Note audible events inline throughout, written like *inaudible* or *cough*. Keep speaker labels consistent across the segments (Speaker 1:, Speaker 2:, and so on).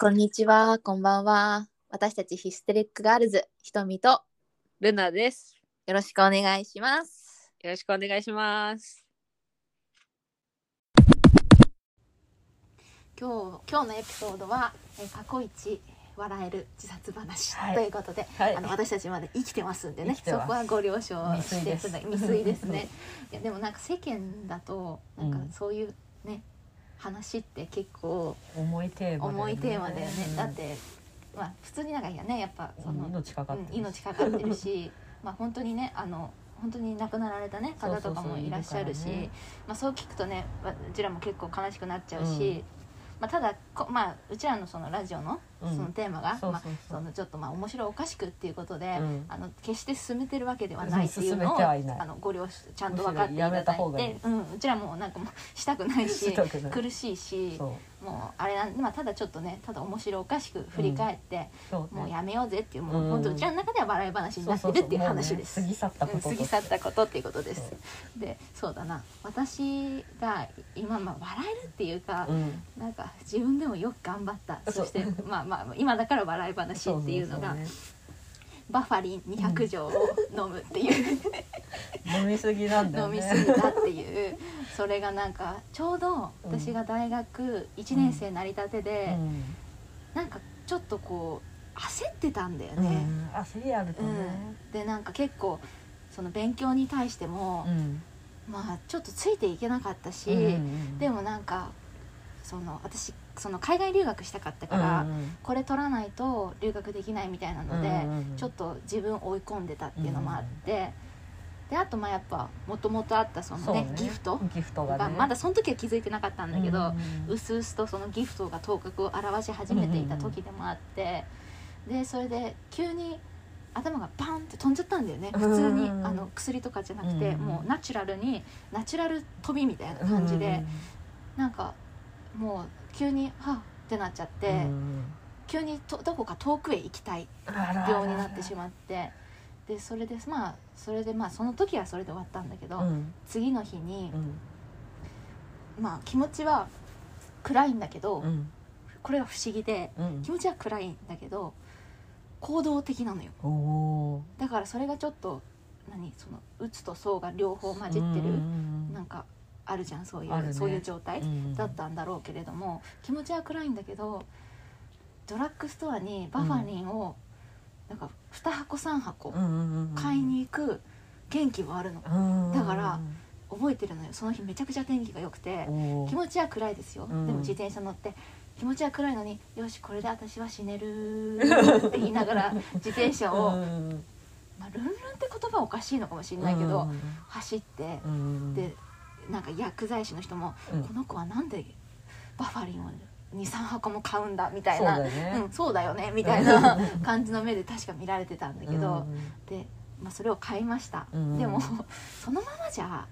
Speaker 1: こんにちは、こんばんは。私たちヒステリックガールズ、ひとみと
Speaker 2: ルナです。
Speaker 1: よろしくお願いします。
Speaker 2: よろしくお願いします。
Speaker 3: 今日今日のエピソードは、えー過去一笑える自殺話、
Speaker 4: はい
Speaker 3: ということで、
Speaker 4: はい
Speaker 3: あの私たちまだ生きてますんでね
Speaker 4: 生きてます
Speaker 3: そこはご了承
Speaker 4: 未
Speaker 3: し
Speaker 4: 遂
Speaker 3: て
Speaker 4: で
Speaker 3: い
Speaker 4: す
Speaker 3: ただい未遂です
Speaker 4: *laughs*
Speaker 3: ねいやでもなんか世間だとなんか
Speaker 4: うん
Speaker 3: そういうね、話って結構
Speaker 4: 重いテーマだよね
Speaker 3: 重いテーマだよね、
Speaker 4: うん
Speaker 3: だってまあ普通になんかいやねやっぱその、うん
Speaker 4: 命かかってるし
Speaker 3: 命かかってるし *laughs* まあ本当にねあの本当に亡くなられたね
Speaker 4: そう
Speaker 3: 方
Speaker 4: そ
Speaker 3: と
Speaker 4: うそう
Speaker 3: かもいらっしゃるし
Speaker 4: いるからね
Speaker 3: まあ、そう聞くとねわうちらも結構悲しくなっちゃうし、
Speaker 4: うん
Speaker 3: まあ、ただこ、まあ、うちらのそのラジオの
Speaker 4: う
Speaker 3: そ
Speaker 4: ん
Speaker 3: のテーマが、
Speaker 4: そうそう
Speaker 3: まあ
Speaker 4: そう
Speaker 3: そのちょっとまあ面白おかしくっていうことで、
Speaker 4: うん
Speaker 3: あの決して進めてるわけではないっていう
Speaker 4: そう進
Speaker 3: の
Speaker 4: め
Speaker 3: を
Speaker 4: てはいない
Speaker 3: あのご了承ちゃんと分かっていただい
Speaker 4: むしろやめた方が
Speaker 3: て
Speaker 4: いい
Speaker 3: うん、うちらもなんかもうしたくない
Speaker 4: *laughs*
Speaker 3: し
Speaker 4: したくない
Speaker 3: 苦しいし
Speaker 4: そう
Speaker 3: もうあれなんまあ、ただちょっとねただ面白おかしく振り返って、
Speaker 4: そうね
Speaker 3: もうやめようぜっていうもう、
Speaker 4: うん
Speaker 3: 本当うちらの中では笑い話になってるっていう話です。
Speaker 4: そうそうそうもうね過ぎ去ったこ
Speaker 3: うん
Speaker 4: とと
Speaker 3: 過ぎ去ったことっていうことです
Speaker 4: そ。
Speaker 3: でそうだな私が今まあ笑えるっていうか、
Speaker 4: うん
Speaker 3: なんか自分でもよく頑張った
Speaker 4: そ
Speaker 3: そうしてまあまあ今だから笑い話っていうのがバファリン200錠を飲むっていう、
Speaker 4: 飲みすぎなんだよ
Speaker 3: 飲
Speaker 4: ね
Speaker 3: みすぎたっていうそれがなんかちょうど私が大学1年生なりたてで、
Speaker 4: うん
Speaker 3: なんかちょっとこう焦ってたんだよ
Speaker 4: う
Speaker 3: ね。
Speaker 4: ん焦りあると
Speaker 3: うん
Speaker 4: ね
Speaker 3: でなんか結構その勉強に対しても、
Speaker 4: うん
Speaker 3: まあちょっとついていけなかったし、でもなんかその私その海外留学したかったから、これ取らないと留学できないみたいなので、ちょっ
Speaker 4: と
Speaker 3: と自分を追い込んでたっていうのもあって、であとまあやっぱもともとあったそのねギフト
Speaker 4: ギフトが
Speaker 3: が
Speaker 4: ね
Speaker 3: まだその時は気づいてなかったんだけど、
Speaker 4: うん
Speaker 3: うすうすとそのギフトが頭角を現し始めていた時でもあって、でそれで急に頭がパンって飛んじゃったんだよね
Speaker 4: うん
Speaker 3: 普通にあの薬とかじゃなくて、
Speaker 4: うん
Speaker 3: もうナチュラルにナチュラル飛びみたいな感じで、なんかもう急にはっってなっちゃって、
Speaker 4: うん
Speaker 3: 急にとどこか遠くへ行きたい
Speaker 4: あららら
Speaker 3: 病になってしまってでそれでまあそれでまあその時はそれで終わったんだけど、
Speaker 4: うん
Speaker 3: 次の日に
Speaker 4: う、ん
Speaker 3: まあ気持ちは暗いんだけど、
Speaker 4: うん
Speaker 3: これが不思議で
Speaker 4: うん
Speaker 3: 気持ちは暗いんだけど行動的なのよ
Speaker 4: おお
Speaker 3: だからそれがちょっと何その鬱と層が両方混じってる、なんかあるじゃんそういう、
Speaker 4: あるね
Speaker 3: そういう状態、だったたんだろうけれども気持ちは暗いんだけどドラッグストアにバファリンを、なんか2箱3箱買いに行く元気もあるのだから覚えてるのよその日めちゃくちゃ天気が良くて気持ちは暗いですよ、
Speaker 4: うん
Speaker 3: でも自転車乗って気持ちは暗いのに「よしこれで私は死ねる」
Speaker 4: *laughs*
Speaker 3: って言いながら自転車を、まあ、ルンルンって言葉おかしいのかもしれないけど、走って、でなんか薬剤師の人も「この子はなんでバファリンを23箱も買うんだ」みたいな
Speaker 4: そうだよね
Speaker 3: ん、そうだよね」みたい
Speaker 4: *laughs*
Speaker 3: な感じの目で確か見られてたんだけど。で、まあ、それを買いました、
Speaker 4: うん
Speaker 3: でもそのままじゃ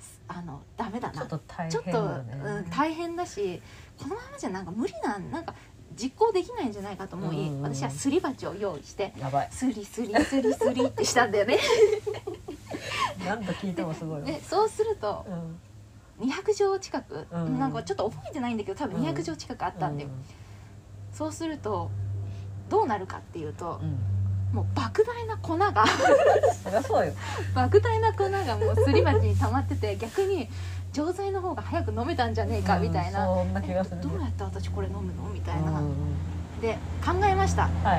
Speaker 3: すあのダメだ
Speaker 4: ちょ
Speaker 3: な
Speaker 4: っと大
Speaker 3: ちょっ
Speaker 4: 変
Speaker 3: と
Speaker 4: だね
Speaker 3: うん、大変だしこのままじゃなんか無理なんなんか実行できないんじゃないかと思い、
Speaker 4: うんうん
Speaker 3: 私はすり鉢を用意して
Speaker 4: やばい
Speaker 3: スリスリスリスリってしたんだよ
Speaker 4: *laughs*
Speaker 3: ね
Speaker 4: 何度聞いてもすごいわ
Speaker 3: でそうすると
Speaker 4: うん
Speaker 3: 200錠近く、
Speaker 4: うん
Speaker 3: なんかちょっと覚えてないんだけど多分200錠近くあったんだよ、そうするとどうなるかっていうと
Speaker 4: う、ん
Speaker 3: もう莫大な粉が *laughs*
Speaker 4: そりゃそうよ
Speaker 3: 莫大な粉がもうすり鉢に溜まってて逆に錠剤の方が早く飲めたんじゃねえかみたいな、
Speaker 4: うんそんな気がする
Speaker 3: どうやって私これ飲むのみたいな、
Speaker 4: うん
Speaker 3: で考えました
Speaker 4: は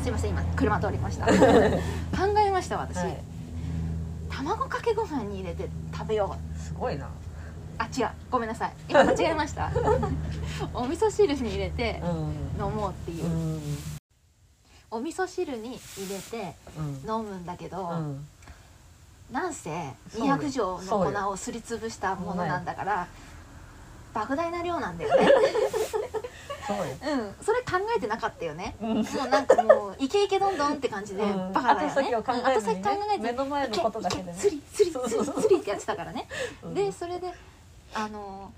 Speaker 4: い
Speaker 3: すいません今車通り
Speaker 4: *laughs*
Speaker 3: ました考えました私、
Speaker 4: はい
Speaker 3: 卵かけご飯に入れて食べよう
Speaker 4: すごいな
Speaker 3: あ違うごめんなさい今間違えました
Speaker 4: *laughs*
Speaker 3: お味噌汁に入れて
Speaker 4: うん
Speaker 3: 飲もうっていう、
Speaker 4: うん
Speaker 3: お味噌汁に入れて
Speaker 4: うん
Speaker 3: 飲むんだけど、
Speaker 4: うん
Speaker 3: なんせ
Speaker 4: そうよ
Speaker 3: 200錠
Speaker 4: そう
Speaker 3: の
Speaker 4: よ
Speaker 3: 粉をすりつぶしたものなんだから莫大な量なんだよね
Speaker 4: *laughs* そうよ
Speaker 3: うんそれ考えてなかったよね
Speaker 4: うん
Speaker 3: もうなんかもうイケイケどんどんって感じで
Speaker 4: うん
Speaker 3: バカだよね
Speaker 4: 後先を考えずにね
Speaker 3: うん後先考えずに
Speaker 4: 目の前のことだけでね
Speaker 3: いけいけスリスリ
Speaker 4: そう
Speaker 3: ス
Speaker 4: そう
Speaker 3: リ
Speaker 4: そう
Speaker 3: スリってやってたからね
Speaker 4: うん
Speaker 3: でそれであの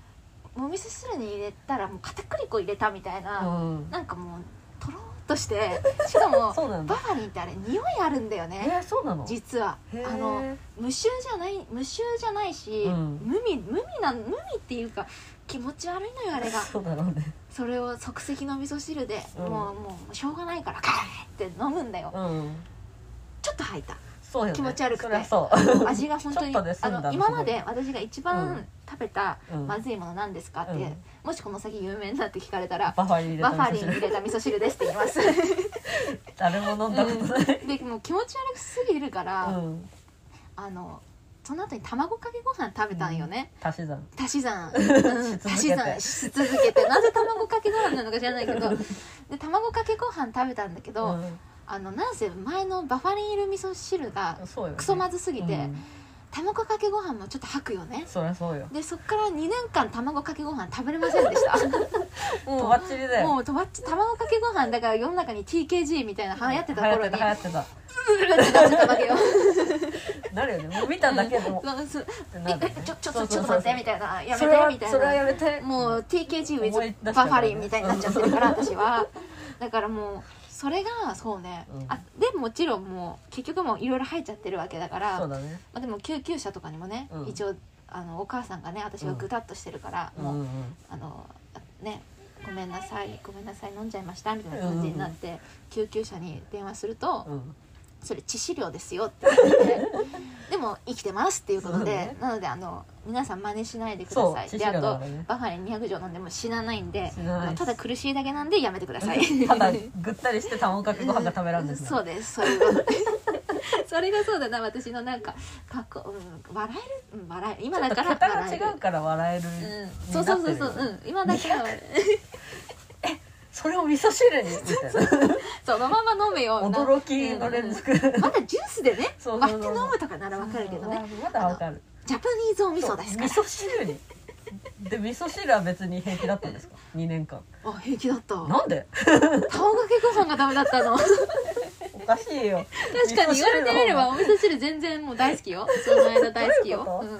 Speaker 3: お味噌汁に入れたらもう片栗粉入れたみたいな
Speaker 4: うん
Speaker 3: なんかもうとろーっとしてしか
Speaker 4: *laughs*
Speaker 3: も
Speaker 4: そうなん
Speaker 3: バ
Speaker 4: だ
Speaker 3: ファリンってあれ匂いあるんだよ
Speaker 4: え
Speaker 3: ね
Speaker 4: ー、そうなの
Speaker 3: 実は
Speaker 4: へー
Speaker 3: あの無臭じゃない無臭じゃないし、
Speaker 4: うん
Speaker 3: 無味無味な無味っていうか気持ち悪いのよあれが
Speaker 4: そうだろうね
Speaker 3: それを即席の味噌汁で、
Speaker 4: うん
Speaker 3: もうもうしょうがないからカーって飲むんだよ
Speaker 4: うん
Speaker 3: ちょっと吐いた
Speaker 4: そうよね
Speaker 3: 気持ち悪くて
Speaker 4: そりゃそう
Speaker 3: 味が本当に
Speaker 4: ちょっとで済
Speaker 3: あ
Speaker 4: んだの
Speaker 3: の
Speaker 4: すごい
Speaker 3: 今まで私が一
Speaker 4: う
Speaker 3: 番
Speaker 4: ん
Speaker 3: 食べた
Speaker 4: うん
Speaker 3: まずいものなんですかって、
Speaker 4: うん
Speaker 3: もしこの先有名になって聞かれたら
Speaker 4: バファリン入れた
Speaker 3: バファリン入れた味噌汁ですって言います
Speaker 4: *laughs* 誰も飲んだことない、
Speaker 3: でもう気持ち悪すぎるから、
Speaker 4: うん、
Speaker 3: あのその後に卵かけご飯食べたんよね、
Speaker 4: 足し算
Speaker 3: 足し算、うん、
Speaker 4: *laughs* し続けて
Speaker 3: 足し算し続けてなぜ卵かけご飯なのか知らないけどで卵かけご飯食べたんだけど、あのなんせ前のバファリン入り味噌汁が
Speaker 4: うん、そうよ、ね、
Speaker 3: クソま
Speaker 4: ず
Speaker 3: ずすぎて、卵かけご飯もちょっと吐くよね
Speaker 4: そりゃそうよ
Speaker 3: でそっから2年間卵かけご飯食べれませんでした
Speaker 4: *laughs* と
Speaker 3: も
Speaker 4: ばっちりだ
Speaker 3: うも
Speaker 4: よ
Speaker 3: うとばっち卵かけご飯だから世の中に TKG みたいなの流行ってた頃に
Speaker 4: 流行ってた流行っ
Speaker 3: ブルーってなっちゃったわけよ
Speaker 4: てたなるよねもう見ただけでも
Speaker 3: そうそう
Speaker 4: って
Speaker 3: え
Speaker 4: なるよね
Speaker 3: えちょちょっとちょっと待ってみ
Speaker 4: い
Speaker 3: たいな *laughs* やめ
Speaker 4: そ
Speaker 3: て
Speaker 4: れは
Speaker 3: みたい
Speaker 4: それは
Speaker 3: な
Speaker 4: やめて
Speaker 3: もう TKG
Speaker 4: 思い
Speaker 3: with
Speaker 4: 出したか
Speaker 3: バ
Speaker 4: らね
Speaker 3: ファリンみたいになっちゃってるから私はだからもうそれがそうね、
Speaker 4: うん
Speaker 3: あでもちろんもう結局もういろいろ入っちゃってるわけだから
Speaker 4: そうだね
Speaker 3: まあ、でも救急車とかにもね、
Speaker 4: うん
Speaker 3: 一応あのお母さんがね私がぐたっとしてるから、
Speaker 4: うん
Speaker 3: もう、
Speaker 4: うん
Speaker 3: あのねごめんなさいごめんなさい飲んじゃいましたみたいな感じになって、救急車に電話すると、
Speaker 4: うん
Speaker 3: それ致死量ですよって言って *laughs* でも生きてますっていうこと
Speaker 4: そう
Speaker 3: で、
Speaker 4: ね
Speaker 3: なのであの皆さん真似しないでく
Speaker 4: そ
Speaker 3: ださ
Speaker 4: う
Speaker 3: い
Speaker 4: 致
Speaker 3: で
Speaker 4: 死量
Speaker 3: あ
Speaker 4: だから
Speaker 3: と
Speaker 4: ね
Speaker 3: バファリン200錠飲んでも死なないんで
Speaker 4: 死なない
Speaker 3: あのただ苦しいだけなんでやめてください
Speaker 4: *laughs* ただぐったりして卵かけご飯が食べられるんですね
Speaker 3: そうですそういうこと *laughs* それがそうだな私のなんかかっこ、うん、笑えるうん笑え今だから
Speaker 4: 桁が
Speaker 3: 笑える
Speaker 4: 違うから笑える、
Speaker 3: うん、そうそうそうそう、うん、今だから笑える
Speaker 4: それを味噌汁にみたいな
Speaker 3: そのまま飲めよな
Speaker 4: 驚きの連続
Speaker 3: まだジュースでね
Speaker 4: そうそう
Speaker 3: 割
Speaker 4: そう
Speaker 3: って飲むとかならわかるけどね
Speaker 4: まだわかる
Speaker 3: ジャパニーズお味噌ですから
Speaker 4: そう味噌汁にで味噌汁は別に平気だったんですか2年間
Speaker 3: あ平気だった卵
Speaker 4: なんで
Speaker 3: かけご飯がダメだったの確
Speaker 4: おかしいよ
Speaker 3: かに言われてみればお味噌汁全然もう大好きよ *laughs* その間大好きよ
Speaker 4: どういう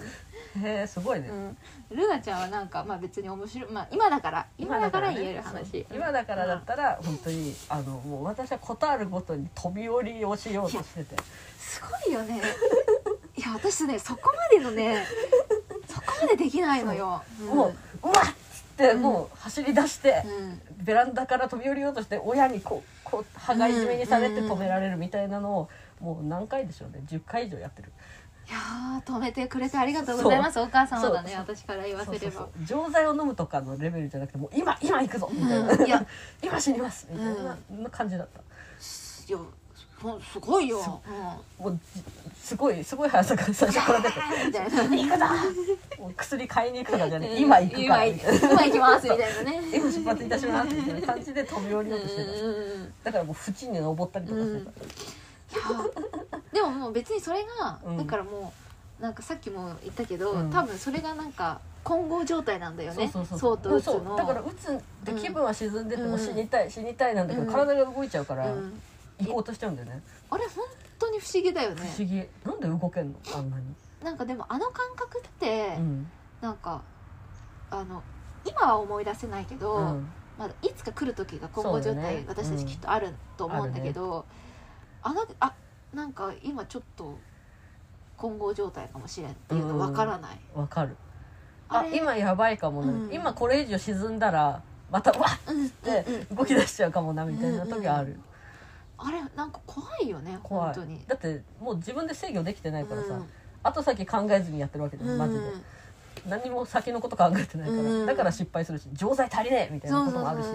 Speaker 4: へえすごいね、
Speaker 3: うんうん、ルナちゃんはなんかまあ別に面白いまあ今だから今だから
Speaker 4: ね
Speaker 3: 言える話、
Speaker 4: そう今だからだったら本当にあのもう私はことあるごとに飛び降りをしようとしてて
Speaker 3: すごいよねいや私ねそこまでのねそこまでできないのよ、うん
Speaker 4: もううわっつってもう走り出して
Speaker 3: う、ん
Speaker 4: ベランダから飛び降りようとして親にこうこう羽がいじめにされて
Speaker 3: うん
Speaker 4: 止められるみたいなのをもう何回でしょうね10回以上やってる
Speaker 3: いやー止めてくれてありがとうございますお母様だね
Speaker 4: そう
Speaker 3: 私から言わせ
Speaker 4: そうそ
Speaker 3: れ
Speaker 4: うそ
Speaker 3: ば
Speaker 4: う錠剤を飲むとかのレベルじゃなくてもう今今行くぞみたいな、
Speaker 3: うんいや
Speaker 4: *laughs* 今死にますみたいな感じだった、
Speaker 3: いやそすごいよ、う
Speaker 4: もうじすごいすごい速さから最初から出て
Speaker 3: ん、みたいな
Speaker 4: 「行くぞ!」もう薬買いに行くとかじゃね *laughs* 今行くからみたいな
Speaker 3: 今行きますみたいなね
Speaker 4: *laughs* 今出発いたしますみたいな感じで飛び降りようとしてた
Speaker 3: うんうんうん
Speaker 4: だからもう縁に登ったりとかしてた、
Speaker 3: いやーでももう別にそれが、
Speaker 4: うん
Speaker 3: だからもうなんかさっきも言ったけど、
Speaker 4: うん
Speaker 3: 多分それがなんか混合状態なんだよね
Speaker 4: そうそ
Speaker 3: そ
Speaker 4: うそう
Speaker 3: とうつ
Speaker 4: そう
Speaker 3: の
Speaker 4: だから打つって気分は沈んでて
Speaker 3: う
Speaker 4: も
Speaker 3: ん
Speaker 4: 死にたい死にたいなんだけど、
Speaker 3: うん
Speaker 4: 体が動いちゃうから
Speaker 3: うん
Speaker 4: 行こうとしちゃうんだよね、
Speaker 3: あれ本当に不思議だよね
Speaker 4: 不思議なんで動けんのあんなに、
Speaker 3: なんかでもあの感覚って、
Speaker 4: うん
Speaker 3: なんかあの今は思い出せないけど、
Speaker 4: うん
Speaker 3: まだいつか来る時が混合
Speaker 4: そ
Speaker 3: 状
Speaker 4: うだ
Speaker 3: 態、
Speaker 4: ね
Speaker 3: 私たちきっとあると思うんだけど、あのあなんか今ちょっと混合状態かもしれんっていうのわからない、
Speaker 4: わかる
Speaker 3: あ
Speaker 4: あ
Speaker 3: れ
Speaker 4: 今やばいかもな、
Speaker 3: うん
Speaker 4: 今これ以上沈んだらまたわっ
Speaker 3: うん
Speaker 4: て動き出しちゃうかもなみたいな時ある、
Speaker 3: あれなんか怖いよね
Speaker 4: 怖
Speaker 3: 本
Speaker 4: い
Speaker 3: 当に
Speaker 4: だってもう自分で制御できてないからさ、
Speaker 3: うん
Speaker 4: 後先考えずにやってるわけだよマジで、何も先のこと考えてないから、
Speaker 3: うん
Speaker 4: だから失敗するし錠剤足りねえみたいな
Speaker 3: そう
Speaker 4: こ
Speaker 3: そ
Speaker 4: と
Speaker 3: う
Speaker 4: もあるし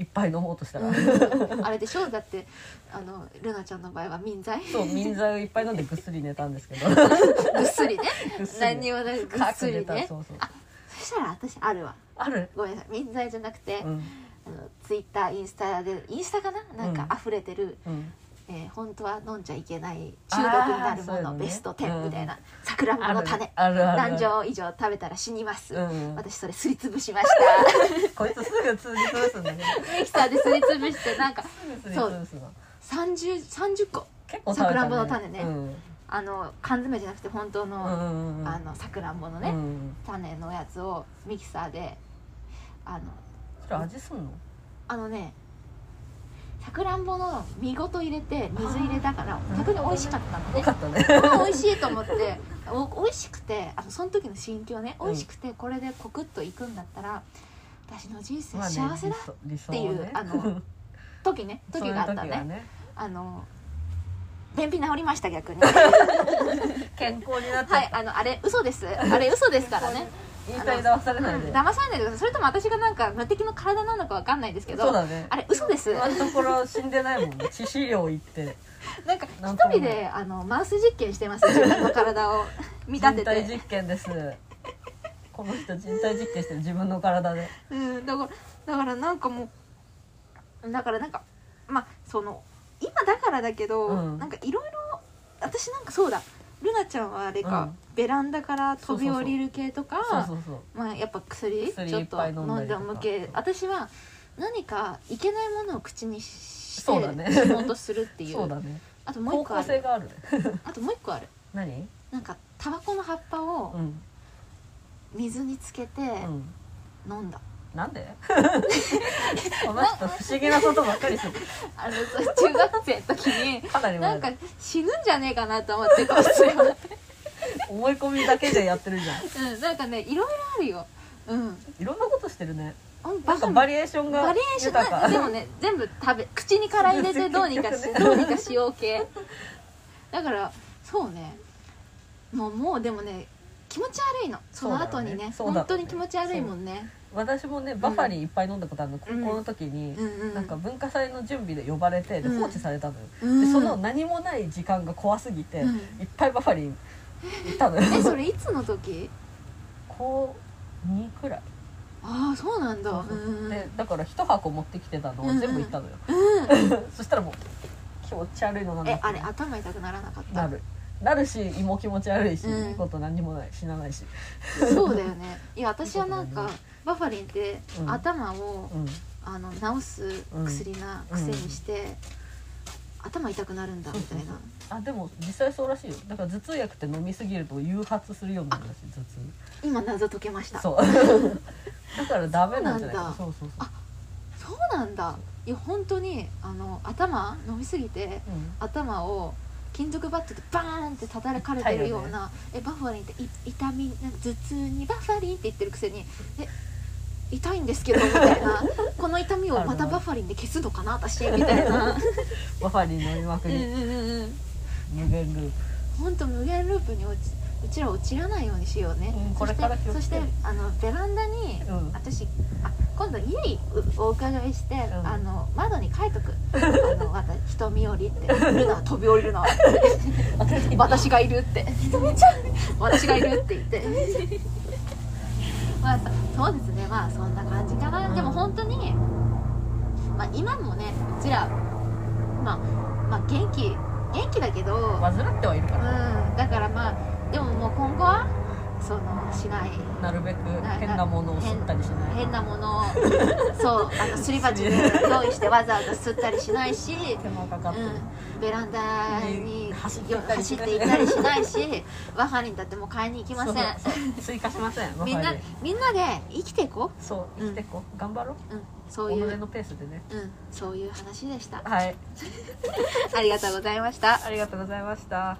Speaker 4: いっぱぱい飲もうとしたら、
Speaker 3: そう、うん、あれでしょだってあのルナちゃんの場合は民
Speaker 4: *laughs*
Speaker 3: 剤
Speaker 4: そう民剤をいっぱい飲んでぐっすり寝たんですけ
Speaker 3: ぐ
Speaker 4: ど
Speaker 3: っすりね
Speaker 4: ぐっすり
Speaker 3: 何にもないぐっす
Speaker 4: 寝
Speaker 3: り
Speaker 4: た
Speaker 3: ね
Speaker 4: そうそう
Speaker 3: そしたら私あるわ
Speaker 4: ある、
Speaker 3: ごめんなさい民剤じゃなくて、
Speaker 4: うん
Speaker 3: あのツイッターインスタでインスタかななんか溢れてる、
Speaker 4: うん、
Speaker 3: えー本当は飲んじゃいけない中毒になる
Speaker 4: あーそう
Speaker 3: も
Speaker 4: いう
Speaker 3: の、
Speaker 4: のね
Speaker 3: ベスト10みたいな、
Speaker 4: う
Speaker 3: さくらんぼの種
Speaker 4: あるあるあ
Speaker 3: 何
Speaker 4: る
Speaker 3: 錠以上食べたら死にます、
Speaker 4: うん
Speaker 3: 私それすりつぶしました
Speaker 4: こいつすぐ通じ通すんだね *laughs*
Speaker 3: ミキサーですりつぶしてなんか
Speaker 4: すぐ通すの
Speaker 3: 30, 30個
Speaker 4: 結構食べたね
Speaker 3: さくらんぼの種ね
Speaker 4: うん
Speaker 3: あの缶詰じゃなくて本当
Speaker 4: うん
Speaker 3: の,、
Speaker 4: うんうんうん
Speaker 3: あのさくらんぼのね、
Speaker 4: うん
Speaker 3: 種のやつをミキサーであの
Speaker 4: それ味すんの
Speaker 3: あのねさくらんぼの見事入れて水入れたから逆に美味しかったの
Speaker 4: よ
Speaker 3: ね
Speaker 4: かったね。
Speaker 3: もう美味しいと思ってお美味しくてあのその時の心境ね
Speaker 4: うん
Speaker 3: 美味しくてこれでコクッといくんだったら私の人生
Speaker 4: まあね
Speaker 3: 幸せだ
Speaker 4: 理想
Speaker 3: っていうあ
Speaker 4: *laughs*
Speaker 3: の時ね時があった
Speaker 4: そういう時は
Speaker 3: ね
Speaker 4: ね。
Speaker 3: あの便秘治りました逆
Speaker 4: *laughs*
Speaker 3: に
Speaker 4: 健康になって、
Speaker 3: はいあのあれ嘘ですあれ嘘ですからね
Speaker 4: 言いたい騙され
Speaker 3: 騙
Speaker 4: ないで。
Speaker 3: されないでくださいそれとも私がなんか無敵の体なのかわかんないですけ
Speaker 4: そう
Speaker 3: ど
Speaker 4: だね。
Speaker 3: あれ嘘です
Speaker 4: 今のところ死んでないも
Speaker 3: *laughs*
Speaker 4: んね。致死量行って
Speaker 3: なんか
Speaker 4: なん
Speaker 3: 一
Speaker 4: とも
Speaker 3: 人であのマウス実験してます自分の体を見立
Speaker 4: *laughs* 人
Speaker 3: て
Speaker 4: 体
Speaker 3: て、
Speaker 4: 実験です。この人人体実験してる自分の体で。
Speaker 3: うん、だからだからなんかもうだからなんかまあその今だからだけど、
Speaker 4: うん
Speaker 3: なんかいろいろ私なんかそうだルナちゃんはあれか、
Speaker 4: うん
Speaker 3: ベランダから飛び降りる系とか
Speaker 4: そうそうそう。
Speaker 3: まあやっぱ薬
Speaker 4: 薬
Speaker 3: ちょっ
Speaker 4: いっ
Speaker 3: と
Speaker 4: ぱい飲んだりとか
Speaker 3: 飲んでむ系私は何かいけないものを口にして
Speaker 4: そうだね
Speaker 3: 仕事するっていう
Speaker 4: *laughs* そうだね。
Speaker 3: あともう一
Speaker 4: 方
Speaker 3: 個あ
Speaker 4: 向性
Speaker 3: る
Speaker 4: があるね。
Speaker 3: あともう一個ある
Speaker 4: 何？
Speaker 3: なんかタバコの葉っぱ
Speaker 4: う
Speaker 3: を
Speaker 4: ん。
Speaker 3: 水につけて
Speaker 4: うん。
Speaker 3: 飲んだ、
Speaker 4: なんで？ *laughs* この人不思議なことばっかりする。
Speaker 3: あのそう中学生の時に
Speaker 4: かなり
Speaker 3: な
Speaker 4: 前
Speaker 3: ん
Speaker 4: だ
Speaker 3: か死ぬんじゃねえかなと思ってこっち
Speaker 4: *laughs*
Speaker 3: は、
Speaker 4: 思い込みだけでやってるじゃん。
Speaker 3: うん、なんかねいろいろあるようん
Speaker 4: いろんなことしてるね。
Speaker 3: ほん
Speaker 4: な
Speaker 3: バ
Speaker 4: んか
Speaker 3: カ
Speaker 4: バ
Speaker 3: バ
Speaker 4: リエーションが
Speaker 3: リエーシ
Speaker 4: 豊
Speaker 3: ョ
Speaker 4: か
Speaker 3: ンでもね全部食べ口にから入れてどうにか
Speaker 4: *laughs*
Speaker 3: しどうにかしよう系だからそうねもうもうでもね気持ち悪いのその後にね
Speaker 4: そう
Speaker 3: 本
Speaker 4: だろうね
Speaker 3: 当に気持ち悪いもんね
Speaker 4: 私もねバファリンいっぱい飲んだことある
Speaker 3: う
Speaker 4: の、
Speaker 3: ん
Speaker 4: 高校の時に
Speaker 3: う、んうん
Speaker 4: なんか文化祭の準備で呼ばれてで
Speaker 3: うん
Speaker 4: 放置されたのよ、
Speaker 3: うん
Speaker 4: でその何もない時間が怖すぎて、
Speaker 3: うん
Speaker 4: いっぱいバファリン行ったのよ
Speaker 3: えそれいつの時
Speaker 4: 高2くらい
Speaker 3: ああそうなんだ
Speaker 4: そううそうそうんでだから一箱持ってきてたのを全部行ったのよ、
Speaker 3: うん
Speaker 4: *laughs* そしたらもう気持ち悪いのなんだ
Speaker 3: えあれ頭痛くならなかった
Speaker 4: なるなるし胃も気持ち悪いし、
Speaker 3: うん
Speaker 4: いいこと何もない死なないし、
Speaker 3: そうだよねいや私はなん
Speaker 4: そう
Speaker 3: か
Speaker 4: だ
Speaker 3: バファリンって
Speaker 4: うん
Speaker 3: 頭を、
Speaker 4: うん、
Speaker 3: あの治す薬なくせにして、頭痛くなるんだみたいな
Speaker 4: あでも実際そうらしいよだから頭痛薬って飲みすぎると誘発するようになるらしい頭痛
Speaker 3: 今謎解けましたそう
Speaker 4: そう *laughs* だからダメなんじゃないか
Speaker 3: そ
Speaker 4: そうそうそう
Speaker 3: なんだいや本当にあの頭飲みすぎて
Speaker 4: うん
Speaker 3: 頭を金属バットでバーンって叩かれてるようなえバファリンってい痛みなんか頭痛にバファリンって言ってるくせにえ痛いんですけどみたい *laughs* なこの痛みをまたバファリンで消すのかな私みたいな
Speaker 4: バファリン飲みまく
Speaker 3: うんう
Speaker 4: り
Speaker 3: んうんうん
Speaker 4: 無限ループ
Speaker 3: 本当無限ループに落ちうちら落ちらないようにしようね、
Speaker 4: うんこれから気をつけ
Speaker 3: そ
Speaker 4: る
Speaker 3: してそしてあのベランダに、
Speaker 4: うん
Speaker 3: 私あ今度家にうお伺いして、
Speaker 4: ん
Speaker 3: あの窓に書いとくあのまた人見降りってルナは飛び降り
Speaker 4: *laughs*
Speaker 3: るな私がいるって私がいるって言ってまあそそうですねまあそんな感じかな、
Speaker 4: うん
Speaker 3: でも本当にまあ今もねうちらまあまあ元気元気だけど、
Speaker 4: 患ってはいるから
Speaker 3: うんだからまあでももう今後はそのしない
Speaker 4: なるべく
Speaker 3: な
Speaker 4: 変なものを吸ったりしない
Speaker 3: 変なも
Speaker 4: *laughs*
Speaker 3: のをそうあのすり鉢で用意してわざわざ吸ったりしないし、
Speaker 4: 手間かかってる、
Speaker 3: うん、ベランダに
Speaker 4: 走って
Speaker 3: よ
Speaker 4: 行ったり
Speaker 3: 走
Speaker 4: し
Speaker 3: っ
Speaker 4: ない
Speaker 3: ていったりしないしワハリンだってもう買いに行きません
Speaker 4: そうそう追加しませんバファリ
Speaker 3: み
Speaker 4: ン
Speaker 3: んなみんなで生きていこ
Speaker 4: そう生きてこう、頑張ろう
Speaker 3: う、うん、そう
Speaker 4: 己
Speaker 3: いう、うん、
Speaker 4: のペースでね
Speaker 3: そういう話でした
Speaker 4: はい
Speaker 3: ありがとうございました
Speaker 4: ありがとうございました